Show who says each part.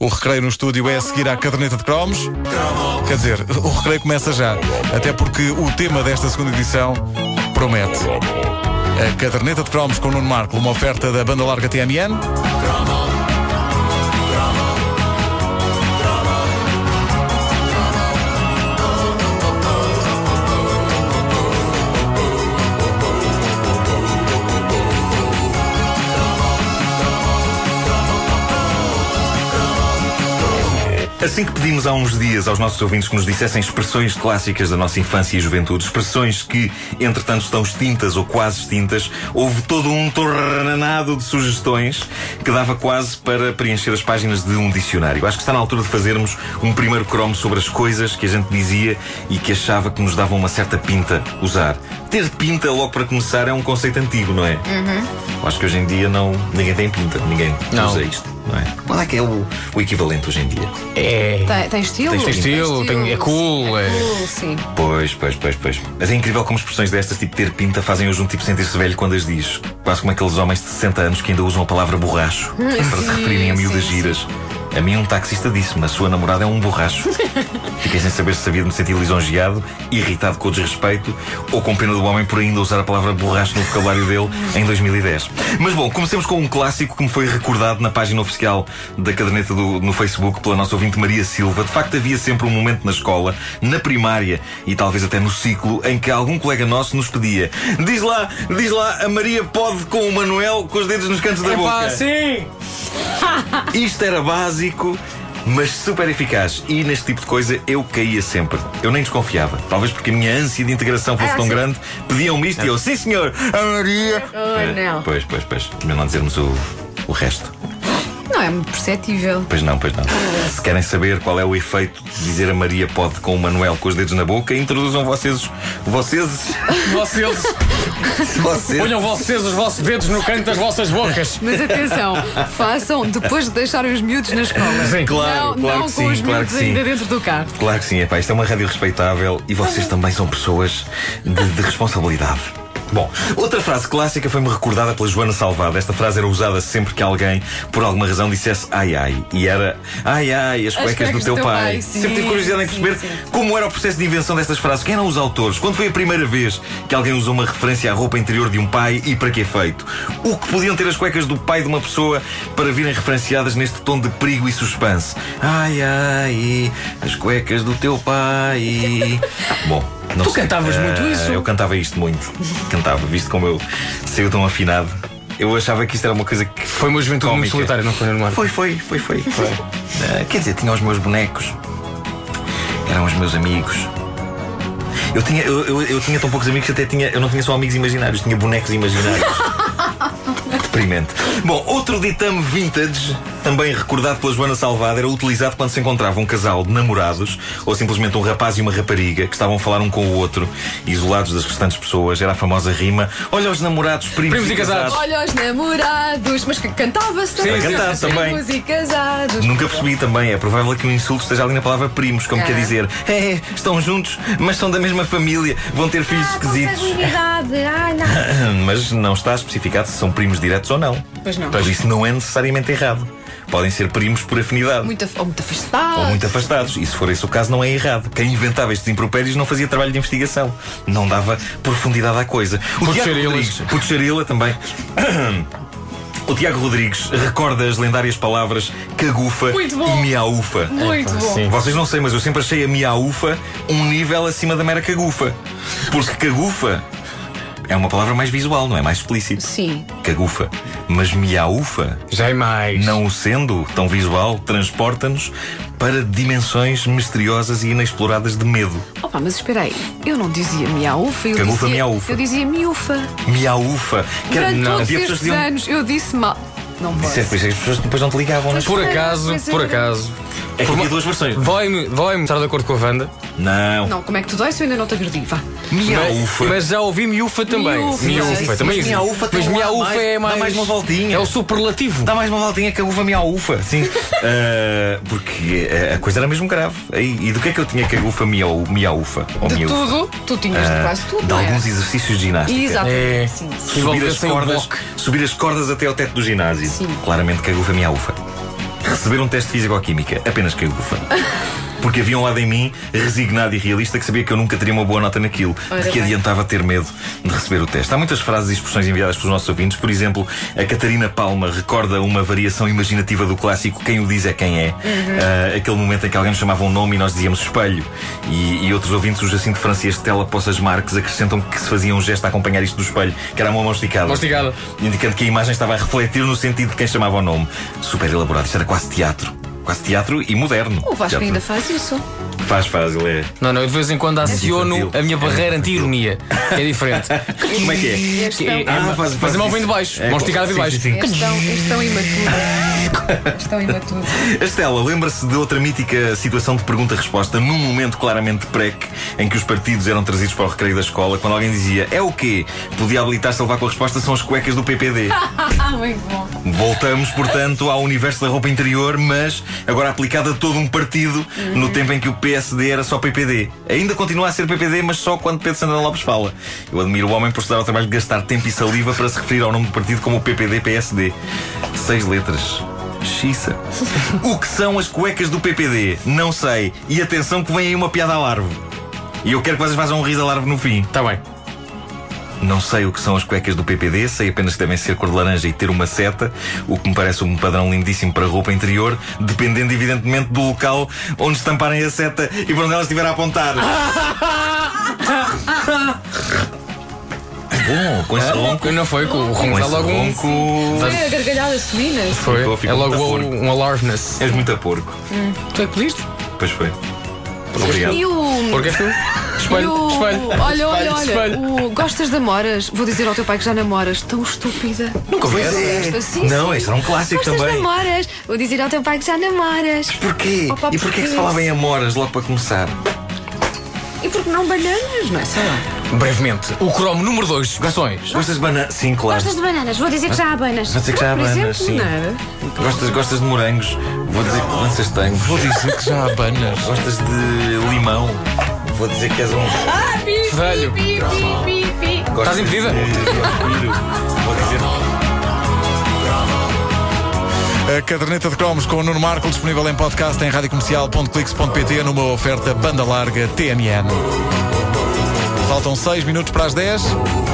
Speaker 1: O Um recreio no estúdio é a seguir à caderneta de cromos. Quer dizer, o recreio começa já. Até porque o tema desta segunda edição promete. A caderneta de cromos com o Nuno Marco, uma oferta da banda larga TMN.
Speaker 2: Assim que pedimos há uns dias aos nossos ouvintes que nos dissessem expressões clássicas da nossa infância e juventude, expressões que, entretanto, estão extintas ou quase extintas, houve todo um torranado de sugestões que dava quase para preencher as páginas de um dicionário. Acho que está na altura de fazermos um primeiro cromo sobre as coisas que a gente dizia e que achava que nos davam uma certa pinta usar. Ter pinta, logo para começar, é um conceito antigo, não é? Uhum. Acho que hoje em dia não, ninguém tem pinta, ninguém
Speaker 3: Não.
Speaker 2: usa isto, não é? Qual é que é o- o equivalente hoje em dia?
Speaker 3: É.
Speaker 4: Tem, tem estilo?
Speaker 2: Tem
Speaker 3: estilo, tem- é cool,
Speaker 4: É
Speaker 3: é-
Speaker 4: cool, sim.
Speaker 2: Pois, pois, pois, pois. Mas é incrível como expressões destas, tipo ter pinta, fazem hoje um tipo sentir-se velho quando as diz. Quase como aqueles homens de 60 anos que ainda usam a palavra borracho para se referirem a miúdas
Speaker 4: Hum, sim,
Speaker 2: giras. A mim um taxista disse-me, a sua namorada é um borracho. Fiquei sem saber se havia de me sentir lisonjeado, irritado com o desrespeito ou com pena do homem por ainda usar a palavra borracho no vocabulário dele em 2010. Mas bom, comecemos com um clássico que me foi recordado na página oficial da caderneta do- no Facebook pela nossa ouvinte Maria Silva. De facto, havia sempre um momento na escola, na primária e talvez até no ciclo, em que algum colega nosso nos pedia: Diz lá, diz lá, a Maria pode com o Manuel com os dedos nos cantos da boca.
Speaker 3: sim!
Speaker 2: Isto era básico, mas super eficaz. E neste tipo de coisa eu caía sempre. Eu nem desconfiava. Talvez porque a minha ânsia de integração fosse
Speaker 4: Ah,
Speaker 2: tão
Speaker 4: sim.
Speaker 2: grande, pediam-me isto e eu, sim senhor, a Maria.
Speaker 4: Oh,
Speaker 2: Eh,
Speaker 4: não.
Speaker 2: Pois, pois, pois. Melhor não dizermos o, o resto.
Speaker 4: Não é muito perceptível.
Speaker 2: Pois não, pois não. Se querem saber qual é o efeito de dizer a Maria pode com o Manuel com os dedos na boca, introduzam vocês. Vocês.
Speaker 3: Vocês,
Speaker 2: Vocês.
Speaker 3: ponham vocês os vossos dedos no canto das vossas bocas.
Speaker 4: Mas atenção, façam depois de deixarem os miúdos na escola.
Speaker 3: Sim,
Speaker 2: claro,
Speaker 4: não,
Speaker 2: claro
Speaker 4: não
Speaker 2: que
Speaker 4: com
Speaker 2: sim,
Speaker 4: os
Speaker 2: claro
Speaker 4: miúdos
Speaker 2: que sim.
Speaker 4: ainda dentro do carro.
Speaker 2: Claro que sim, epá, isto é uma rádio respeitável e vocês também são pessoas de, de responsabilidade. Bom, outra frase clássica foi-me recordada pela Joana Salvada. Esta frase era usada sempre que alguém, por alguma razão, dissesse ai ai. E era ai ai, as cuecas, do teu pai.
Speaker 4: sim,
Speaker 2: sempre tive curiosidade em
Speaker 4: sim,
Speaker 2: perceber
Speaker 4: sim.
Speaker 2: como era o processo de invenção destas frases? Quem eram os autores? Quando foi a primeira vez que alguém usou uma referência à roupa interior de um pai e para que é feito? O que podiam ter as cuecas do pai de uma pessoa para virem referenciadas neste tom de perigo e suspense? Ai, ai, as cuecas do teu pai. Bom. Não
Speaker 3: Tu cantavas muito
Speaker 2: Ah,
Speaker 3: isso?
Speaker 2: Eu cantava isto muito. Cantava, visto como eu saiu tão afinado. Eu achava que isto era uma coisa que.
Speaker 3: Foi uma juventude muito
Speaker 2: Cómica.
Speaker 3: solitária, não foi, Nuno Marco?
Speaker 2: Foi, foi, foi, foi. Ah, quer dizer, tinha os meus bonecos. Eram os meus amigos. Eu tinha, eu, eu- eu tinha tão poucos amigos que até tinha. Eu não tinha só amigos imaginários, tinha bonecos imaginários. Deprimente. Bom, outro ditame vintage, também recordado pela Joana Salvada, era utilizado quando se encontrava um casal de namorados ou simplesmente um rapaz e uma rapariga que estavam a falar um com o outro, isolados das restantes pessoas. Era a famosa rima: Olha os namorados, primos,
Speaker 3: Primos e casados."
Speaker 4: Olha os namorados, mas que cantava-se também.
Speaker 2: Sim, cantava também.
Speaker 4: Primos e casados.
Speaker 2: Nunca percebi também, é provável que o insulto esteja ali na palavra primos, como
Speaker 4: Ah.
Speaker 2: quer dizer, é, estão juntos, mas são da mesma família, vão ter
Speaker 4: Ah,
Speaker 2: filhos esquisitos. Mas não está especificado se são primos diretos ou não.
Speaker 4: Pois não.
Speaker 2: Por isso não é necessariamente errado. Podem ser primos por afinidade.
Speaker 4: Muito, af- ou muito afastado.
Speaker 2: Ou muito afastados. E se for esse o caso, não é errado. Quem inventava estes impropérios não fazia trabalho de investigação. Não dava profundidade à coisa. O Tiago
Speaker 3: Puxarilas.
Speaker 2: Rodrigues. Puxarila também. O Tiago Rodrigues recorda as lendárias palavras cagufa
Speaker 4: Muito bom.
Speaker 2: e miaufa.
Speaker 4: Muito bom.
Speaker 3: sim.
Speaker 2: Vocês não sei, mas eu sempre achei a miaufa um nível acima da mera cagufa. Porque cagufa é uma palavra mais visual, não é? Mais explícito.
Speaker 4: Sim.
Speaker 2: Cagufa. Mas miaufa
Speaker 3: Já é mais.
Speaker 2: não o sendo tão visual, transporta-nos para dimensões misteriosas e inexploradas de medo.
Speaker 4: Opa, mas espera aí. Eu não dizia miaufa. Eu
Speaker 2: Cagufa,
Speaker 4: dizia,
Speaker 2: miaufa.
Speaker 4: Eu dizia miúfa.
Speaker 2: Miaufa. Que era-
Speaker 4: Durante todos
Speaker 2: havia pessoas
Speaker 4: estes
Speaker 2: que diziam. é
Speaker 4: anos eu disse mal. Não
Speaker 2: Disseram,
Speaker 4: posso.
Speaker 2: pois, as pessoas depois não te ligavam, né?
Speaker 3: Por acaso,
Speaker 4: Mas
Speaker 3: por
Speaker 4: era-
Speaker 3: acaso.
Speaker 2: É que havia duas versões.
Speaker 3: Dói-me, dói-me estar de acordo com a Wanda.
Speaker 2: Não.
Speaker 4: Não, como é que tu dói se eu ainda não te agredi? Vá.
Speaker 2: Miaufa.
Speaker 3: Mas já ouvi miúfa também.
Speaker 4: Miúfa.
Speaker 3: Miúfa.
Speaker 4: Mas
Speaker 3: Também existe.
Speaker 2: miaufa tem
Speaker 3: Mas
Speaker 2: um ar
Speaker 3: miúfa
Speaker 2: mais-
Speaker 3: é
Speaker 2: dá
Speaker 3: mais.
Speaker 2: mais uma voltinha.
Speaker 3: É o superlativo.
Speaker 2: Dá mais uma voltinha que a uva miaufa. Sim. Ah, porque eh, a coisa era mesmo grave. E, e do que é que eu tinha que a uva miau, miaufa? Ou
Speaker 4: De
Speaker 2: miaufa?
Speaker 4: tudo, tu tinhas de quase tudo.
Speaker 2: Ah, de
Speaker 4: não
Speaker 2: alguns
Speaker 4: é?
Speaker 2: exercícios de ginástica.
Speaker 3: É.
Speaker 4: Exatamente. Sim, sim.
Speaker 2: Subir as,
Speaker 3: Envolver-se em
Speaker 2: cordas,
Speaker 3: bloco.
Speaker 2: subir as cordas até ao teto do ginásio.
Speaker 4: Sim.
Speaker 2: Claramente que a uva miaufa. receber um teste de físico-química. Apenas caiu do fã. Porque havia um lado em mim, resignado e realista, que sabia que eu nunca teria uma boa nota naquilo.
Speaker 4: Ora
Speaker 2: de que
Speaker 4: bem.
Speaker 2: adiantava ter medo de receber o teste. Há muitas frases e expressões enviadas pelos nossos ouvintes. Por exemplo, a Catarina Palma recorda uma variação imaginativa do clássico Quem o diz é quem é. Ah, aquele momento em que alguém nos chamava um nome e nós dizíamos espelho. E, e outros ouvintes, o Jacinto Francês Tela Poças Marques, acrescentam que se fazia um gesto a acompanhar isto do espelho, que era uma mão esticada.
Speaker 3: Mão esticada.
Speaker 2: Indicando que a imagem estava a refletir no sentido de quem chamava o nome. Super elaborado. Isto era quase teatro. Quase teatro e moderno.
Speaker 4: O Vasco
Speaker 2: Teatro.
Speaker 4: ainda faz isso.
Speaker 2: Faz, faz, ele é.
Speaker 3: Não, não, eu de vez em quando aciono
Speaker 2: infantil.
Speaker 3: a minha
Speaker 2: É
Speaker 3: barreira
Speaker 2: infantil.
Speaker 3: anti-ironia, que é diferente.
Speaker 2: Como é que é?
Speaker 3: Que é-
Speaker 2: Ah,
Speaker 3: é-
Speaker 2: faz- faz
Speaker 3: Fazer mão
Speaker 2: isso.
Speaker 3: vem de baixo,
Speaker 2: É,
Speaker 3: mão esticada vem de
Speaker 2: sim,
Speaker 3: baixo.
Speaker 2: sim, sim.
Speaker 4: Estão, estão imaturos. Estão imaturos.
Speaker 2: A Estela lembra-se de outra mítica situação de pergunta-resposta num momento claramente PREC em que os partidos eram trazidos para o recreio da escola quando alguém dizia é o quê? Podia habilitar-se a levar com a resposta são as cuecas do PPD.
Speaker 4: Ah, muito bom.
Speaker 2: Voltamos, portanto, ao universo da roupa interior, mas agora aplicada a todo um partido no tempo em que o PSD era só PPD. Ainda continua a ser PPD, mas só quando Pedro Santana Lopes fala. Eu admiro o homem por se dar ao trabalho de gastar tempo e saliva para se referir ao nome do partido como o PPD-PSD. Seis letras. Xiça. O que são as cuecas do PPD? Não sei. E atenção que vem aí uma piada à larve. E eu quero que vocês façam um riso à larve no fim.
Speaker 3: Está Tá bem.
Speaker 2: Não sei o que são as cuecas do PPD, sei apenas que devem ser cor de laranja e ter uma seta, o que me parece um padrão lindíssimo para roupa interior, dependendo evidentemente do local onde estamparem a seta e para onde ela estiver a apontar. É Bom, com
Speaker 4: Ah,
Speaker 2: esse ronco.
Speaker 3: Não foi, com
Speaker 2: Com
Speaker 3: o ronco dá
Speaker 2: esse
Speaker 3: logo um.
Speaker 2: ronco.
Speaker 4: Foi É a gargalhada suína.
Speaker 2: Ficou-
Speaker 3: Foi,
Speaker 2: ficou
Speaker 3: é logo
Speaker 2: muito
Speaker 3: um, um alarmness.
Speaker 2: És muito a porco.
Speaker 3: Tu é que pediste?
Speaker 2: Pois foi. Obrigado.
Speaker 4: E o.
Speaker 3: Porque és tu?
Speaker 4: e
Speaker 3: Espelho,
Speaker 4: o-
Speaker 3: espelho.
Speaker 4: Olha, olha,
Speaker 3: espelho,
Speaker 4: olha.
Speaker 3: espelho.
Speaker 4: O, gostas de amoras? Vou dizer ao teu pai que já namoras. Tão estúpida. é
Speaker 2: Nunca vi
Speaker 4: esta, sim,
Speaker 2: Não,
Speaker 4: sim.
Speaker 2: este era um clássico
Speaker 4: Gostas de
Speaker 2: também.
Speaker 4: namoras? Vou dizer ao teu pai que já namoras.
Speaker 2: Porquê?
Speaker 4: Opa,
Speaker 2: E porquê que
Speaker 4: porquê?
Speaker 2: se falava em amoras logo para começar?
Speaker 4: E porque não bananas, não é? Sei lá.
Speaker 3: Brevemente, o cromo número 2 discussões.
Speaker 2: Gostas de banana? Sim, claro.
Speaker 4: Gostas de bananas? Vou dizer que já há bananas.
Speaker 2: Vou dizer que já há
Speaker 4: Por
Speaker 2: bananas,
Speaker 4: exemplo, é?
Speaker 2: sim.
Speaker 4: nada.
Speaker 2: Gostas, gostas de morangos? Vou dizer que lanças tangos.
Speaker 1: Vou dizer que já há banas.
Speaker 2: Gostas de limão? Vou dizer que és um.
Speaker 3: Velho,
Speaker 2: Gostas
Speaker 3: impedida?
Speaker 2: de- vampiro? Vou dizer.
Speaker 1: A caderneta de cromos com o Nuno Marco disponível em podcast em radiocomercial.clix.pt numa oferta banda larga TMN. Faltam 6 minutos para as 10.